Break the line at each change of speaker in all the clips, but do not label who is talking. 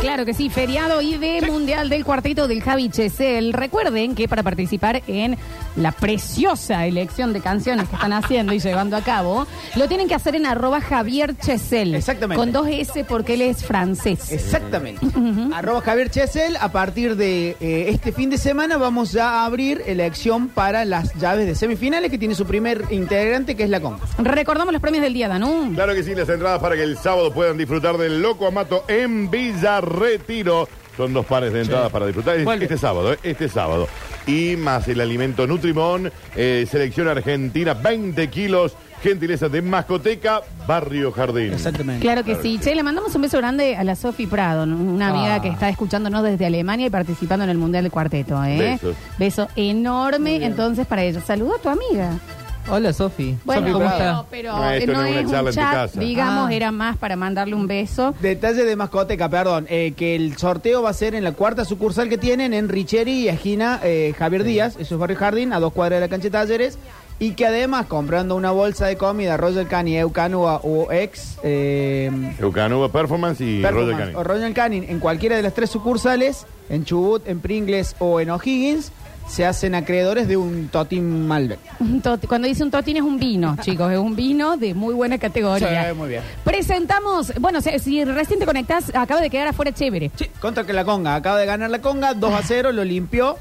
Claro que sí, feriado y de Mundial del Cuarteto del Javi Chesel. Recuerden que para participar en la preciosa elección de canciones que están haciendo y llevando a cabo, lo tienen que hacer en arroba Javier Chesel.
Exactamente.
Con dos S porque él es francés.
Exactamente. Arroba Javier Chesel. A partir de eh, este fin de semana vamos ya a abrir elección para las llaves de semifinales que tiene su primer integrante que es la con
Recordamos los premios del día, Danú.
Claro que sí, las entradas para que el sábado puedan disfrutar del Loco Amato en Villa Retiro. Son dos pares de entradas para disfrutar Es-
¿Cuál?
este sábado, ¿eh? este sábado. Y más el alimento Nutrimón, eh, selección argentina, 20 kilos, gentileza de Mascoteca, Barrio Jardín.
Exactamente.
Claro que sí. Che, le mandamos un beso grande a la Sofi Prado, ¿no? una amiga
Ah.
que está escuchándonos desde Alemania y participando en el Mundial del Cuarteto. ¿eh?
Besos.
Beso enorme entonces para ella. Saludo a tu amiga.
Hola, Sofi.
Bueno,
Sofi, ¿cómo
pero,
estás?
pero
No, esto
no,
no es una
es
charla
un
en tu
chat,
casa.
digamos,
Ah.
era más para mandarle un beso.
Detalle de mascoteca, perdón. eh, que el sorteo va a ser en la cuarta sucursal que tienen en Richeri y esquina eh, Javier Díaz. Eso es Barrio Jardín, a dos cuadras de la cancha de talleres. Y que además, comprando una bolsa de comida, Roger Cani, Eucanua o ex. eh,
Eucanuba Performance y
Performance
Roger Canin.
o Royal Canin en cualquiera de las tres sucursales, en Chubut, en Pringles o en O'Higgins, se hacen acreedores de un Totín Malbec.
Un toti- Cuando dice un totín es un vino, chicos, es un vino de muy buena categoría.
Sí, muy bien.
Presentamos, bueno, si, si recién te conectás, acaba de quedar afuera chévere.
Sí, contra que la Conga, acaba de ganar la Conga, 2 a 0, lo limpió.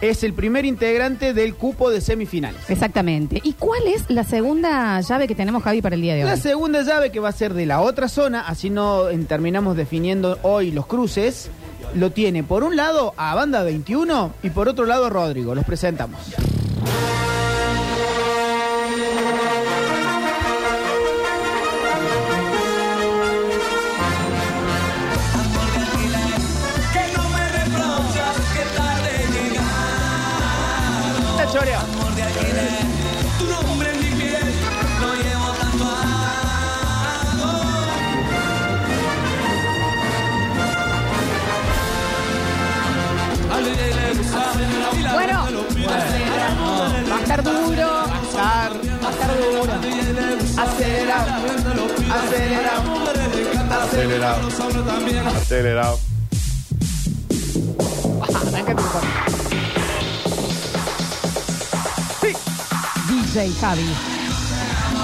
Es el primer integrante del cupo de semifinales.
Exactamente. ¿Y cuál es la segunda llave que tenemos, Javi, para el día de hoy?
La segunda llave que va a ser de la otra zona, así no en- terminamos definiendo hoy los cruces, lo tiene por un lado a Banda 21 y por otro lado a Rodrigo. Los presentamos.
que no me reprochas que tarde llegar.
Está choreado.
Amor de alquiler, tu nombre en mi piel, lo llevo tatuado. Al día le saben la vida,
Bueno,
te lo pide.
va a estar duro.
Acelerado, acelerado.
Acelerado, acelerado.
DJ Javi.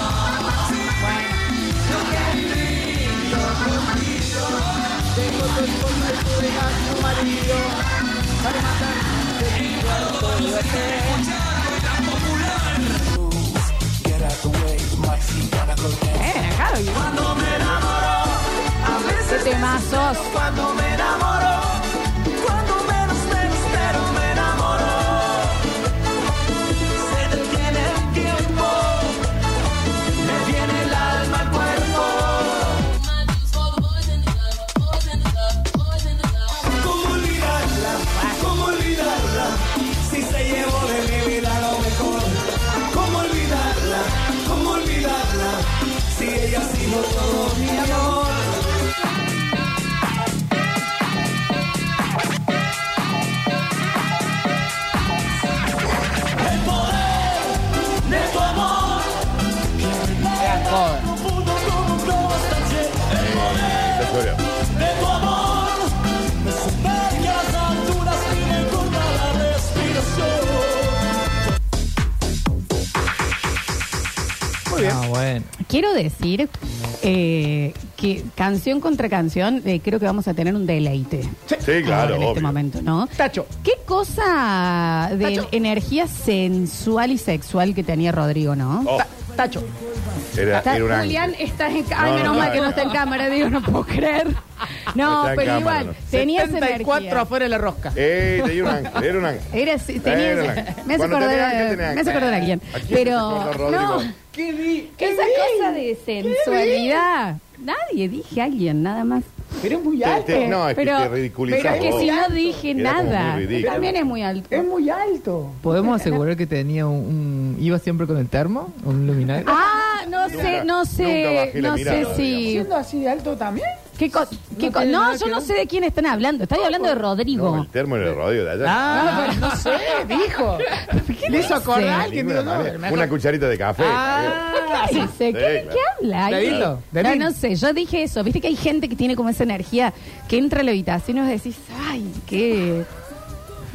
Eh, Javi.
A
Qué
veces
temazos.
cuando me enamoro, cuando menos me espero me enamoro. Se detiene el tiempo, me viene el alma al cuerpo. ¿Cómo olvidarla? ¿Cómo olvidarla? Si se llevó de mi vida lo mejor. ¿Cómo olvidarla? ¿Cómo olvidarla? Si ella ha sido todo mi amor. de tu amor. No pudo como un globo estar lleno
Está choreado.
de tu amor. Me sumerge a las alturas y me corta la respiración.
Ah, bueno.
Quiero decir eh, que canción contra canción eh, creo que vamos a tener un deleite.
Sí,
Ahora,
claro,
en este
obvio.
momento, ¿no?
Tacho.
Qué cosa de
Tacho.
energía sensual y sexual que tenía Rodrigo, ¿no?
Oh,
Ta- Tacho.
era,
Está-
era un ángel.
Julián, estás en ca- Ay,
No, no,
menos
no,
mal
no,
que no
no.
está en cámara, digo, no puedo creer. No,
No está en
pero
cámara,
igual,
no.
tenías
74
energía.
afuera de la rosca.
Eh, tenía un ángel, era un ángel.
Era, sí, tenía-
Era un ángel.
me hace
Cuando
acordar,
tenía ángel,
a-
tenía
me hace
ángel.
acordar a alguien.
¿A quién se
Pero,
acuerda, Rodrigo?
no,
¿Qué di?
que esa cosa de sensualidad. Nadie, dije a alguien, nada más.
Pero es muy
Te-
alto.
te- no, Ah, es
pero,
que te ridiculizas
Pero es que
vos.
si no dije
Era como
nada,
muy ridículo.
también es muy alto.
Es muy alto.
¿Podemos asegurar que tenía un, un- iba siempre con el termo? ¿Un luminario?
Ah, no sé, no
nunca
sé,
bajé la
no
mirada,
sé si...
Siendo así de alto también.
¿Qué co- qué co-
tiene
no,
nada
yo
que
no
ver.
sé de quién están hablando. Estoy hablando de Rodrigo.
No, el termo en el rodeo de allá.
Ah, pero no sé, dijo. Le hizo acordar a alguien,
Ninguna
digo, no,
manera.
pero mejor-
Una cucharita de café.
Ah,
¿Qué dice?
Sí,
¿Qué,
claro.
¿qué habla? Ay,
Dedito,
no,
dedito.
no sé, yo dije eso. Viste que hay gente que tiene como esa energía que entra a la habitación y vos decís, ay, qué.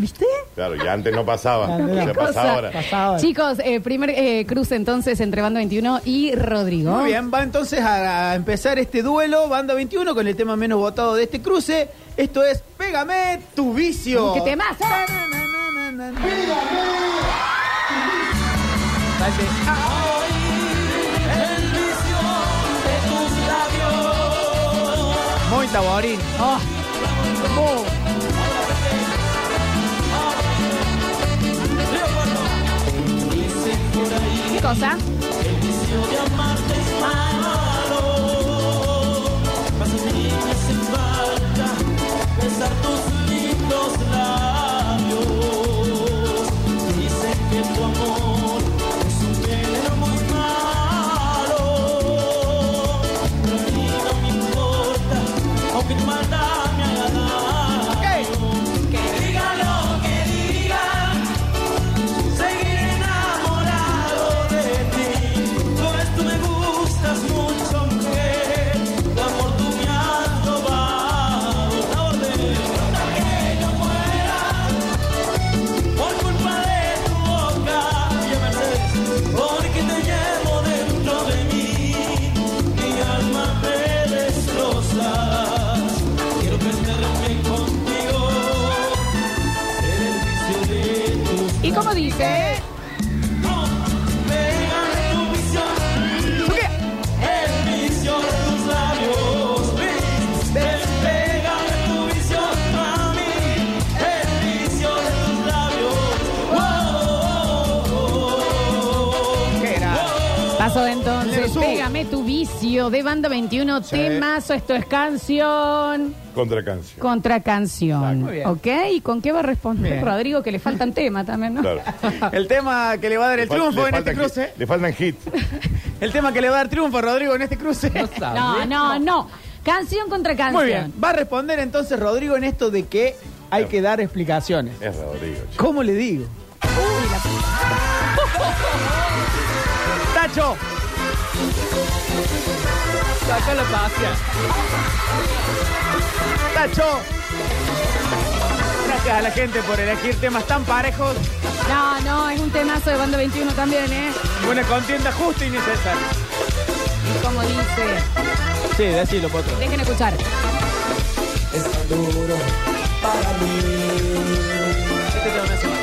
¿Viste?
Claro, y antes no pasaba.
Antes no.
Se Ah, pasa
Cosa.
ahora.
Pasaba.
Chicos, eh, primer eh, cruce entonces entre Banda 21 y Rodrigo.
Muy bien, va entonces a, a empezar este duelo, banda 21, con el tema menos votado de este cruce. Esto es Pégame tu vicio.
¿Qué temazo?
Salte. Muy taborín.
Oh. Oh. ¿Qué cosa?
Ey,
Seguir enamorado de ti, por esto me gustas mucho, mujer. Tu amor, tu mi alma va a orden. Hasta que yo muera, por culpa de tu boca, ya me sé, porque te llevo dentro de mí. Mi alma te destrozas, quiero perderme contigo, ser el vicio de tu
¿Y cómo dice?
Pégame tu vicio, el vicio de tus labios, Luis. Despégame tu vicio, mami, el vicio de tus labios.
qué grave.
Pasó
Le
entonces,
subo.
pégame tu vicio de banda 21,
Sí.
temazo, esto es canción
Contra canción.
contra canción.
muy bien.
¿Ok? ¿Y con qué va a responder
Bien.
Rodrigo? Que le faltan temas también, ¿no?
Claro.
El tema que le va a dar el
Le fal-
triunfo
le
en este
faltan hit-
cruce.
Le faltan hits.
El tema que le va a dar triunfo a Rodrigo en este cruce.
No sabe.
No, no, no. Canción contra canción.
Muy bien. Va a responder entonces Rodrigo en esto de que hay que dar explicaciones.
Es Rodrigo, chico.
¿Cómo le digo? ¡Tacho! Saca la pasia. ¡Tacho! Gracias a la gente por elegir temas tan parejos.
No, no, es un temazo de banda 21 también, ¿eh?
Una contienda justa y necesaria.
Y como dice,
Sí, decilo, Potro.
dejen escuchar.
Es duro para mí,
Este tema me hace mal.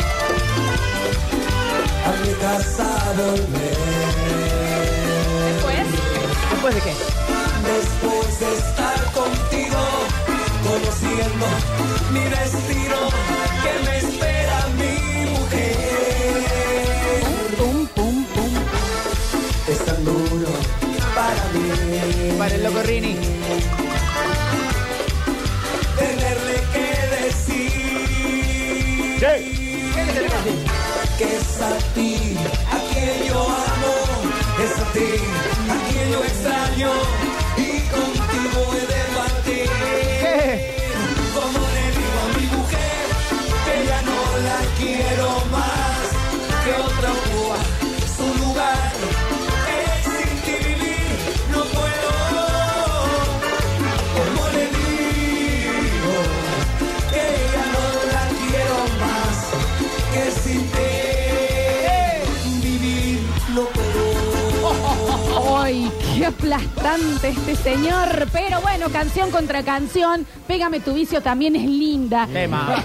a mi casa volver.
Después,
¿Después de qué?
Después de estar contigo, conociendo mi destino, que me espera mi mujer.
pum, pum, pum.
Es tan duro para mí
Para el loco Rini.
tenerle que decir
Che,
que es a ti a quien yo amo, es a ti a quien yo extraño y contigo he de partir. Como le digo a mi mujer que ya no la quiero más, que otra ocupa su lugar. Existir y vivir no puedo. Como le digo que ya no la quiero más, que sin ti vivir no puedo.
¡Ay, qué aplastante este señor! Pero bueno, canción contra canción, Pégame tu vicio también es linda.
Tema.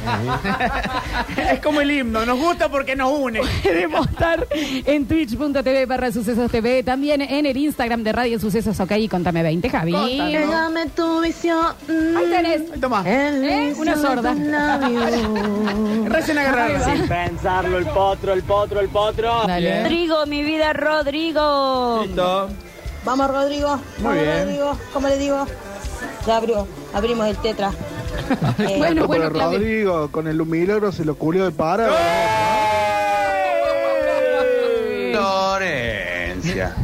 es como el himno. Nos gusta porque nos une.
Pueden votar en twitch.tv barra sucesos TV, también en el Instagram de Radio Sucesos OK y Contame 20, Javi.
Contanos.
Pégame tu visión. mm,
Ahí tenés.
Ahí Toma.
el
¿Eh?
vicio
Una
de
sorda.
tus labios.
Recién agarraron.
Ahí
Pensarlo, el potro, el potro, el potro.
Dale.
Rodrigo, mi vida, Rodrigo.
Listo.
Vamos Rodrigo, vamos
bien.
Rodrigo, ¿cómo le digo? Ya abrió, abrimos el tetra. Eh,
Bueno,
Pero
bueno, Claudio.
Rodrigo, con el milagro se lo culió de paro.
¡Eh!
Florencia.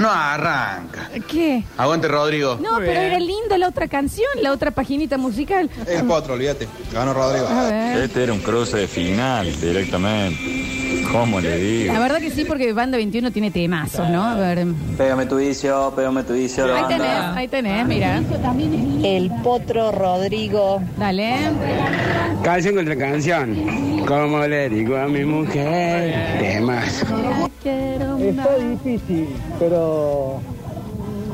No arranca.
¿Qué?
Aguante, Rodrigo.
No, pero era linda la otra canción, la otra paginita musical.
El 4, olvídate. Ganó Rodrigo.
A ver.
Este era un cruce de final directamente. ¿Cómo le digo?
La verdad que sí, porque Banda 21 tiene temazos, ¿no? A ver.
Pégame tu vicio, pégame tu vicio.
Ahí
la
tenés,
banda.
ahí tenés, mira.
El potro Rodrigo.
Dale.
Canción contra canción. Como le digo a mi mujer, temas.
Está difícil, pero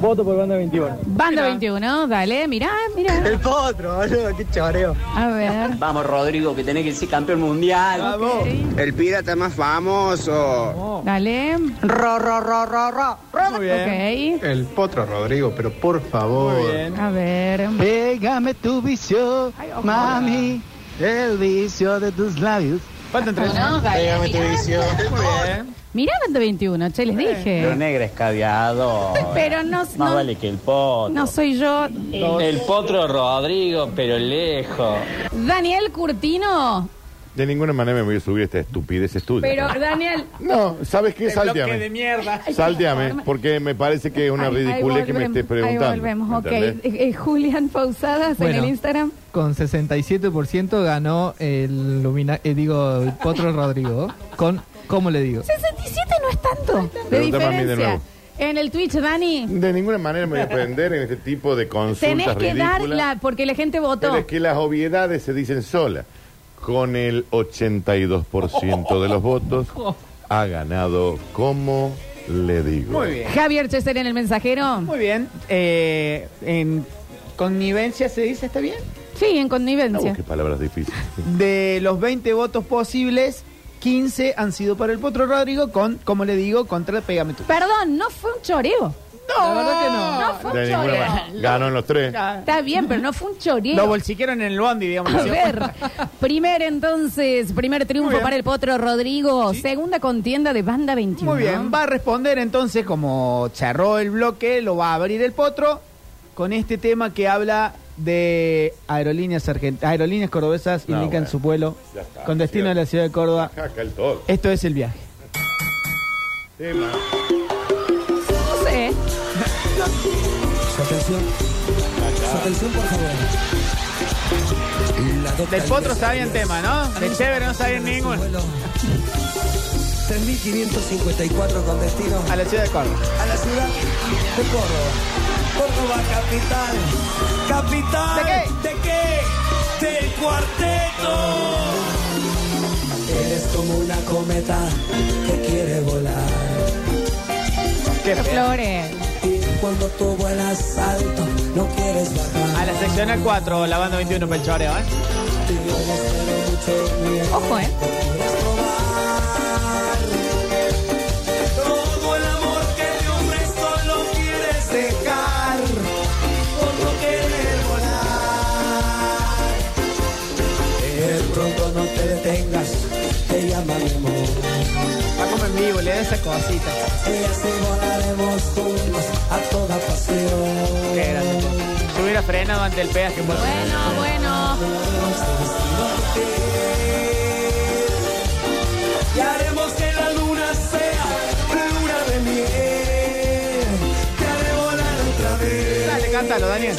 voto por banda 21.
Banda 21, dale, mirá, mirá.
El potro, boludo, qué choreo.
A ver.
Vamos, Rodrigo, que tenés que ser campeón mundial.
Ok.
El pirata más famoso.
Dale.
Ro, ro, ro, ro, ro.
Muy
Ok.
Eh.
El potro, Rodrigo, pero por favor.
Muy bien.
A ver.
Pégame tu vicio,
ojo.
mami. El vicio de tus labios.
Faltan tres.
No, dale,
Pégame tu
mirá.
vicio.
Mirá Banda 21, che, les dije.
negra es caviado.
Pero no-
Más
no-
vale que el potro.
No soy yo.
El potro Rodrigo, pero lejos.
Daniel Curtino.
De ninguna manera me voy a subir a esta estupidez estudio.
Pero, Daniel.
No, ¿sabes qué?
bloque de
Salteame.
mierda.
Salteame, porque me parece que es una
Ahí- ahí
ridiculez que me
volvemos,
estés preguntando.
Ahí volvemos, ok.
¿entendés?
Eh, eh, Julián Pausadas en
Bueno.
el Instagram.
Con 67% ganó el, lumina- eh, digo, el Potro Rodrigo. Con, ¿cómo le digo?
67 no es tanto de
Pregúntame a mí de
diferencia.
nuevo.
En el Twitch, Dani,
De ninguna manera me voy a prender en este tipo de consultas
tenés que
ridículas.
darla porque la gente votó.
Pero es que las obviedades se dicen solas. Con el 82% de los votos
Oh.
ha ganado, como le digo.
Muy bien.
Javier Chester en el mensajero.
Muy bien. Eh, en connivencia se dice, ¿está bien?
Sí, en
No
connivencia.
busques Ah, palabras difíciles.
De los 20 votos posibles, 15 han sido para el Potro Rodrigo con, como le digo, contra Pégame tú.
Perdón, no fue un choreo.
No, la verdad que no.
No fue
De
un
ninguna
choreo.
manera. Ganó en los tres.
Está bien, pero no fue un choreo.
Lo bolsiquearon en el bondi, digamos.
A
¿sí?
ver, primer entonces, primer triunfo para el Potro Rodrigo, segunda contienda de Banda 21.
Muy bien, va a responder entonces, como charró el bloque, lo va a abrir el potro con este tema que habla de aerolíneas argent- aerolíneas cordobesas
No,
indican
Ah, bueno.
su vuelo
Ya está,
con destino a
cierto.
la ciudad de Córdoba.
Jaca el todo.
Esto es el viaje.
Tema.
No sé.
Su atención. Su atención, por favor. Las dos
Del potro
caídas
está bien tema, ¿no? Del chévere no está bien ninguno.
vuelo. 3.554 con destino
A la ciudad de Córdoba.
a la ciudad de Córdoba. Córdoba capital. Capital. ¿De qué? Del cuarteto. Eres como una cometa que quiere volar.
Qué feo.
Flores.
Y cuando tú vuelas alto, no quieres bajar.
A la sección A4, la banda 21 para el choreo, ¿eh?
Tú eres pero mucho miedo.
Ojo, ¿eh?
Todo el amor que de hombre solo quieres dejar por no querer volar. De pronto no te detengas, te llama mi amor.
Va como en vivo, le da esa cosita.
Y así volaremos juntos a toda pasión.
Qué grande. Si hubiera frenado ante el peaje, por
Bueno, bueno.
Y haremos que la luna sea luna de miel. Te haré volar otra vez.
Dale, cántalo, Daniel.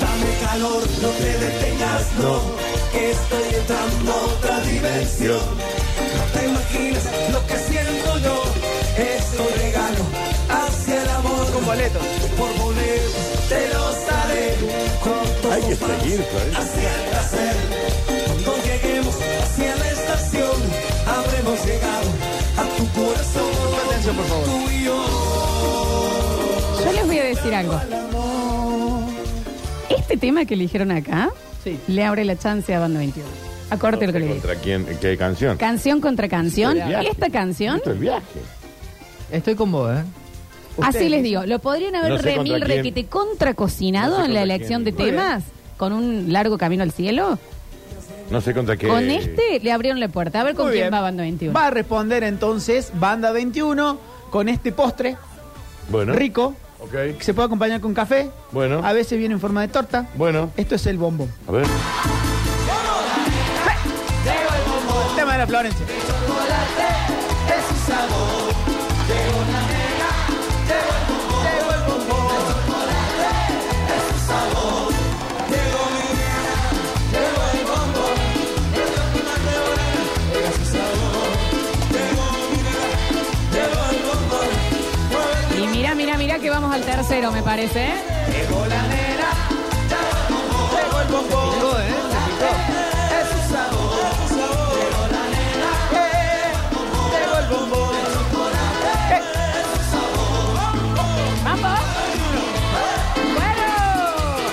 Dame calor, no te detengas, no. Estoy entrando a otra dimensión. No te imaginas lo que siento yo. Es un regalo hacia el amor.
Con boleto.
Por boletos te los daré. Con
Hay que
todos vamos
seguir, Florencia.
hacia el placer. Cuando lleguemos hacia la estación, habremos llegado a tu corazón.
Atención, por favor.
Tú y yo.
Yo les voy a decir algo. Este tema que eligieron acá
Sí.
le abre la chance a Banda 21. Acorte lo que le digo.
¿Contra quién? ¿Qué canción?
Canción contra canción.
El viaje.
Esta canción,
Esto es el viaje.
Estoy con vos, ¿eh?
así
Ustedes.
les digo, lo podrían haber
No sé
remil
contra quién.
requete contra cocinado
No sé
en la
contra
elección
quién.
de temas con un largo camino al cielo.
No sé contra qué.
Con este le abrieron la puerta. A ver con
Muy
quién
bien.
va Banda 21.
Va a responder entonces Banda 21 con este postre
Bueno.
rico
Ok.
que se puede acompañar con café.
Bueno.
A veces viene en forma de torta.
Bueno.
Esto es el bombón.
A ver.
El tema de la Florencia.
de su sabor, de una nena,
Mirá que vamos al tercero, me parece. ¿eh? ¡Vamos! ¡Bueno!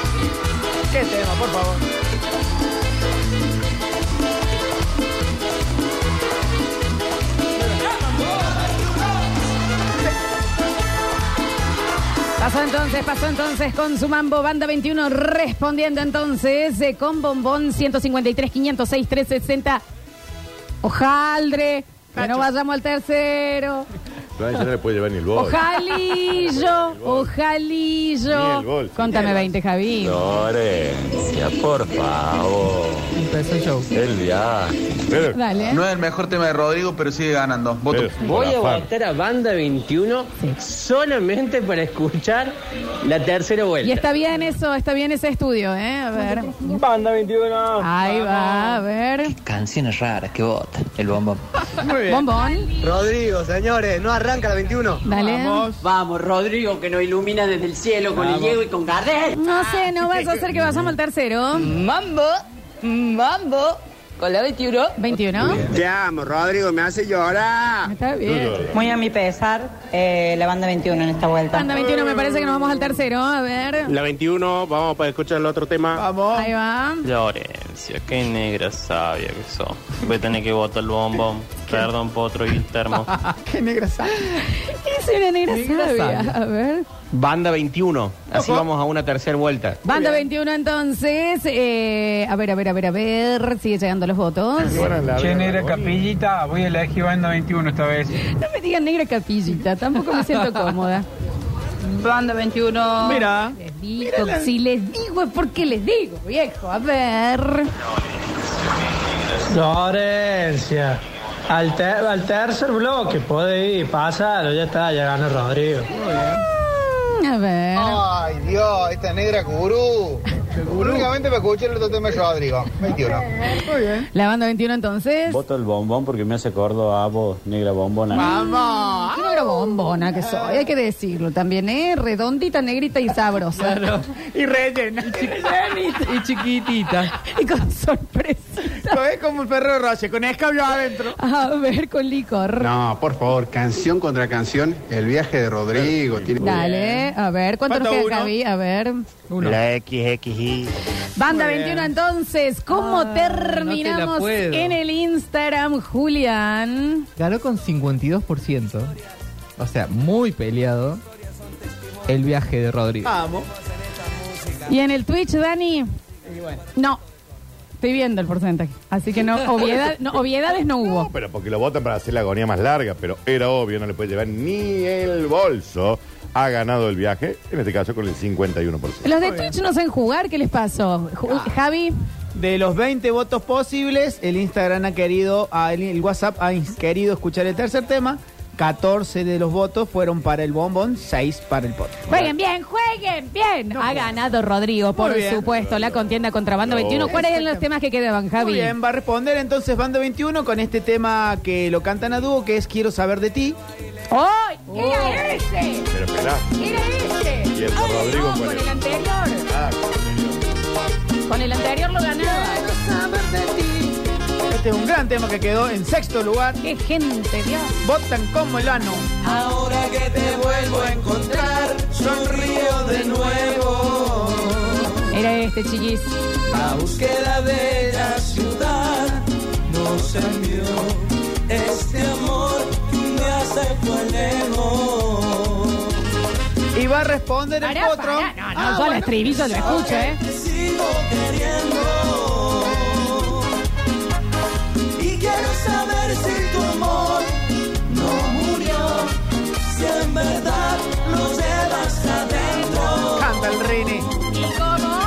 ¿Qué tema, por favor?
Pasó entonces, pasó entonces con su mambo, banda 21, respondiendo entonces eh, con bombón 153, 506, 360. Ojaldre, que no vayamos al tercero.
No, ya no le puede llevar ni el bol.
Ojalillo,
Ni
ojalillo.
el bol.
Contame 20, Javi.
Florencia, por favor.
Empezó el show.
El viaje.
Dale.
No es el mejor tema de Rodrigo, pero sigue ganando. Voto.
Eh.
Voy a votar a Banda 21 solamente para escuchar la tercera
Y
vuelta.
está bien eso, está bien ese estudio, ¿eh? A ver. Banda 21. Ahí va, a ver.
Canciones raras que vota el bombón.
Bombón.
Rodrigo, señores, no arranca la 21.
Dale.
Vamos. Vamos, Rodrigo, que nos ilumina desde el cielo con el Diego y con Gardel.
No sé, no vas a hacer que vayamos al tercero.
Mambo, mambo, con la 21.
21.
Te amo, Rodrigo, me hace llorar.
Está bien.
Muy a mi pesar, eh, la banda 21 en esta vuelta.
Banda 21, me parece que nos vamos al tercero. A ver.
La 21, vamos para escuchar el otro tema.
Vamos. Ahí va.
Florencia, qué negra sabia que sos. Voy a tener que votar el bombón. Perdón, potro y el termo.
Ah, Qué negra sabia.
Es una negra sabia. A ver.
Banda 21. Así vamos a una tercera vuelta.
Banda 21 entonces. eh, a ver, a ver, a ver, a ver. Sigue llegando los votos.
¿Quién era Capillita? Voy a elegir banda 21 esta vez.
No me digan negra capillita, tampoco me siento cómoda. Banda 21.
Mira.
Les digo, si les digo es porque les digo, viejo. A ver.
Florencia. Al, te- al tercer bloque, puede ir, pásalo, ya está, ya ganó Rodrigo.
Mm, A ver.
Ay, Dios, esta negra gurú. Únicamente me escuché el otro tema de Rodrigo. 21.
Muy bien. La banda 21 entonces.
Voto el bombón porque me hace acuerdo a vos, negra bombona.
Vamos. Qué negra bombona que soy, hay que decirlo también, ¿eh? Redondita, negrita y sabrosa.
Y rellena. Y,
chiquitita. y con sorpresa.
Es como el perro de Roche, con escabio adentro.
A ver, con licor.
No, por favor, canción contra canción, el viaje de Rodrigo. Tiene...
Dale, a ver, ¿cuánto nos
Falta
queda,
uno.
Javi? A ver.
La XXI.
Banda
Muy
21 entonces, ¿cómo
no Ah, te la
terminamos
puedo.
en el Instagram, Julián?
Ganó con 52%. O sea, muy peleado el viaje de Rodrigo.
Vamos.
Y en el Twitch, Dani. No. Estoy viendo el porcentaje. Así que no, obviedad- no, obviedades no hubo.
Pero porque lo votan para hacer la agonía más larga, pero era obvio, no le puede llevar ni el bolso. Ha ganado el viaje, en este caso con el 51%.
Los de Twitch no saben jugar, ¿qué les pasó? Ju- Javi,
De los 20 votos posibles, el Instagram ha querido, ah, el, el WhatsApp ha ins- querido escuchar el tercer tema. 14 de los votos fueron para el bombón, 6 para el potro.
jueguen bien, jueguen bien. ha ganado Rodrigo, por
Muy bien.
supuesto, la contienda contra Banda
No.
21. ¿Cuáles eran los temas que quedaban, Javi?
Muy bien, va a responder entonces Banda 21 con este tema que lo cantan a dúo, que es Quiero saber de ti.
¡Ay! ¿Qué era ese?
Pero esperá.
Era ese.
Y el de Rodrigo
No,
con
con
el-
el anterior.
Ah,
Con el anterior lo ganaba.
Este es un gran tema que quedó en sexto lugar.
¡Qué gente, Dios!
Votan como el ano.
Ahora que te vuelvo a encontrar, sonrío de nuevo.
Era este, chiquis.
La búsqueda de la ciudad nos envió este amor que un día se fue lejos.
Y va a responder el potro. Ah,
No, yo al estribillo lo escucho, ¿eh?
Te sigo queriendo. Y quiero saber si tu amor no murió. Si en verdad lo llevas adentro.
Canta el Rini.
¿Y cómo?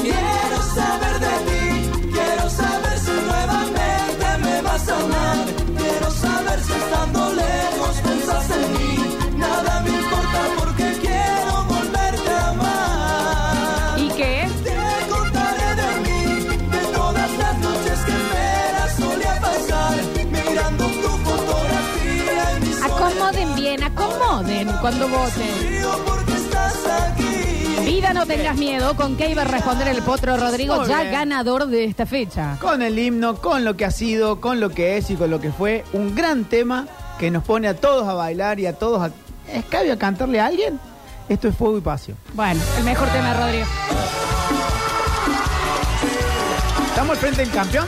Quiero saber de ti. Quiero saber si nuevamente me vas a amar. Quiero saber si estando lejos pensás en mí. Nada me importa porque quiero volverte a amar.
¿Y qué?
Te contaré de mí, de todas las noches que veras solía pasar, mirando tu fotografía en mi
Acomoden bien, acomoden. cuando voten. Vida, no tengas miedo. ¿Con qué iba a responder el potro Rodrigo,
Muy
ya
bien.
ganador de esta fecha?
Con el himno, con lo que ha sido, con lo que es y con lo que fue. Un gran tema que nos pone a todos a bailar y a todos a... ¿Es cabio a cantarle a alguien? Esto es Fuego y Pasión.
Bueno, el mejor tema, Rodrigo.
¿Estamos al frente del campeón?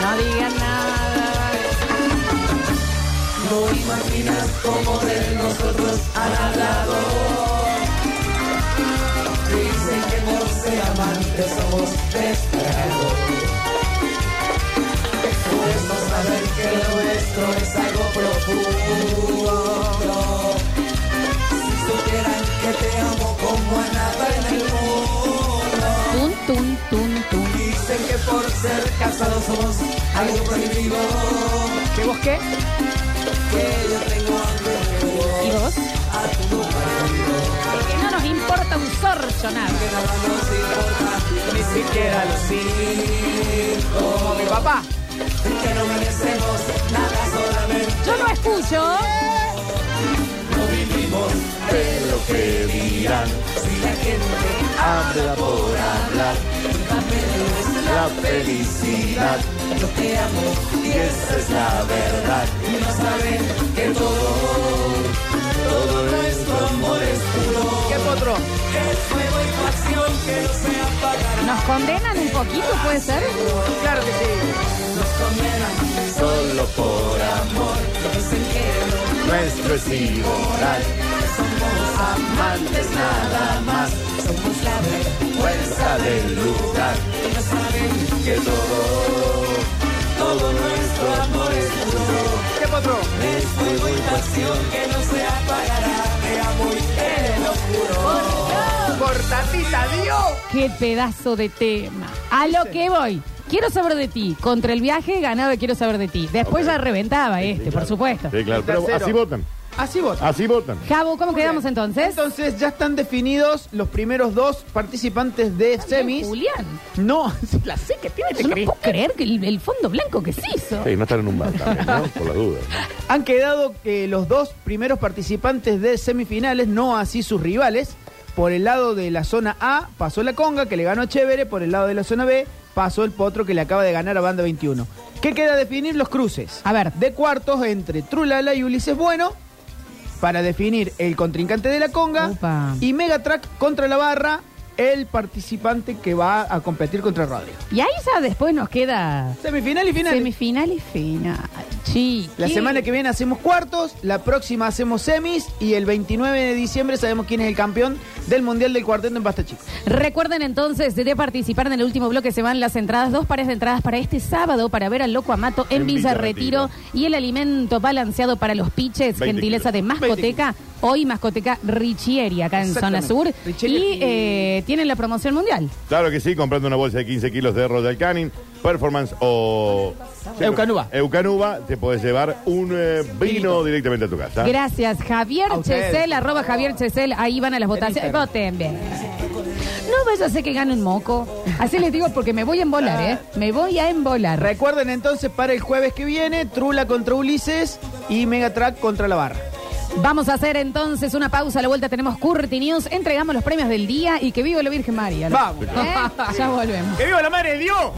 No digan nada.
No imaginas cómo de nosotros han hablado. Dicen que por ser amantes somos desesperados. Puesto saber que lo nuestro es algo profundo. Si supieran que te amo como a nada en el mundo.
Tun, tun, tun, tun.
Dicen que por ser casados somos algo prohibido.
¿Qué vos qué?
Que yo tengo hambre de
¿Y
vos.
vos?
A tu marido.
Que no nos importa un sorcho nada.
Que nada nos importa, ni siquiera los hijos. Como mi papá. Que no merecemos nada solamente.
Yo no escucho.
No vivimos de lo que dirán. Si la gente habla por hablar, la felicidad. Yo te amo y esa es la verdad. Y no saben que todo, todo nuestro amor es puro.
¿Qué potro?
Es fuego y pasión que no se apagará.
¿Nos condenan un poquito, puede ser?
Claro que sí.
Nos condenan solo por amor. Dicen que lo nuestro es inmoral. Somos amantes nada más. Somos la vergüenza del lugar. Y no saben que todo, todo nuestro amor es puro.
¿Qué potro?
Es fuego y pasión que no se apagará. Te amo y te lo juro.
¡Cortatita, Dios!
Qué pedazo de tema. A lo que voy. Quiero saber de ti. Contra el viaje ganaba Quiero saber de ti. Después ya reventaba este, por supuesto.
Sí, claro, pero
Tercero.
así votan.
Así vos.
Así votan.
Jabo, ¿cómo quedamos entonces?
Entonces ya están definidos los primeros dos participantes de semis.
Julián.
No, la sé que tiene
Yo no puedo creer que el, el fondo blanco que se hizo.
Sí, no estar en un bar también, ¿no? Por las dudas.
Han quedado que los dos primeros participantes de semifinales, no así sus rivales. Por el lado de la zona A pasó la Conga, que le ganó a Chévere. Por el lado de la zona B pasó el Potro, que le acaba de ganar a Banda 21. ¿Qué queda definir? Los cruces.
A ver.
De cuartos entre Trulala y Ulises Bueno. Para definir el contrincante de la Conga.
Upa.
Y Megatrack contra la barra. El participante que va a competir contra Rodrigo.
Y ahí ya después nos queda
Semifinal y final.
semifinal y final. Chiqui.
La semana que viene hacemos cuartos, la próxima hacemos semis y el 29 de diciembre sabemos quién es el campeón del Mundial del Cuarteto en Basta Chicos.
Recuerden entonces de participar en el último bloque. Se van las entradas, dos pares de entradas para este sábado para ver al Loco Amato en,
En
Villa
Villa
Retiro,
Retiro.
y el alimento balanceado para los piches,
20
gentileza
kilos.
de Mascoteca. Hoy Mascoteca Richieri acá en Zona
Exactamente.
Sur.
Richieri
y
aquí.
eh, tienen la promoción mundial.
Claro que sí, comprando una bolsa de 15 kilos de Royal Canin, Performance o...
Eucanuba.
Eucanuba, te puedes llevar un eh, vino directamente a tu casa.
Gracias, Javier
Ah. A ustedes.
Chesel, arroba Javier Chesel. Ahí van a las votaciones.
Instagram.
Voten bien. No vaya a ser que gane un moco. Así les digo porque me voy a embolar,
Ah.
¿eh? Me voy a embolar.
Recuerden entonces para el jueves que viene, Trula contra Ulises y Megatrack contra la barra.
Vamos a hacer entonces una pausa. A la vuelta tenemos Curti News. Entregamos los premios del día y que viva la Virgen María.
Vamos.
¿Eh? Ya volvemos.
¡Que viva la madre de Dios!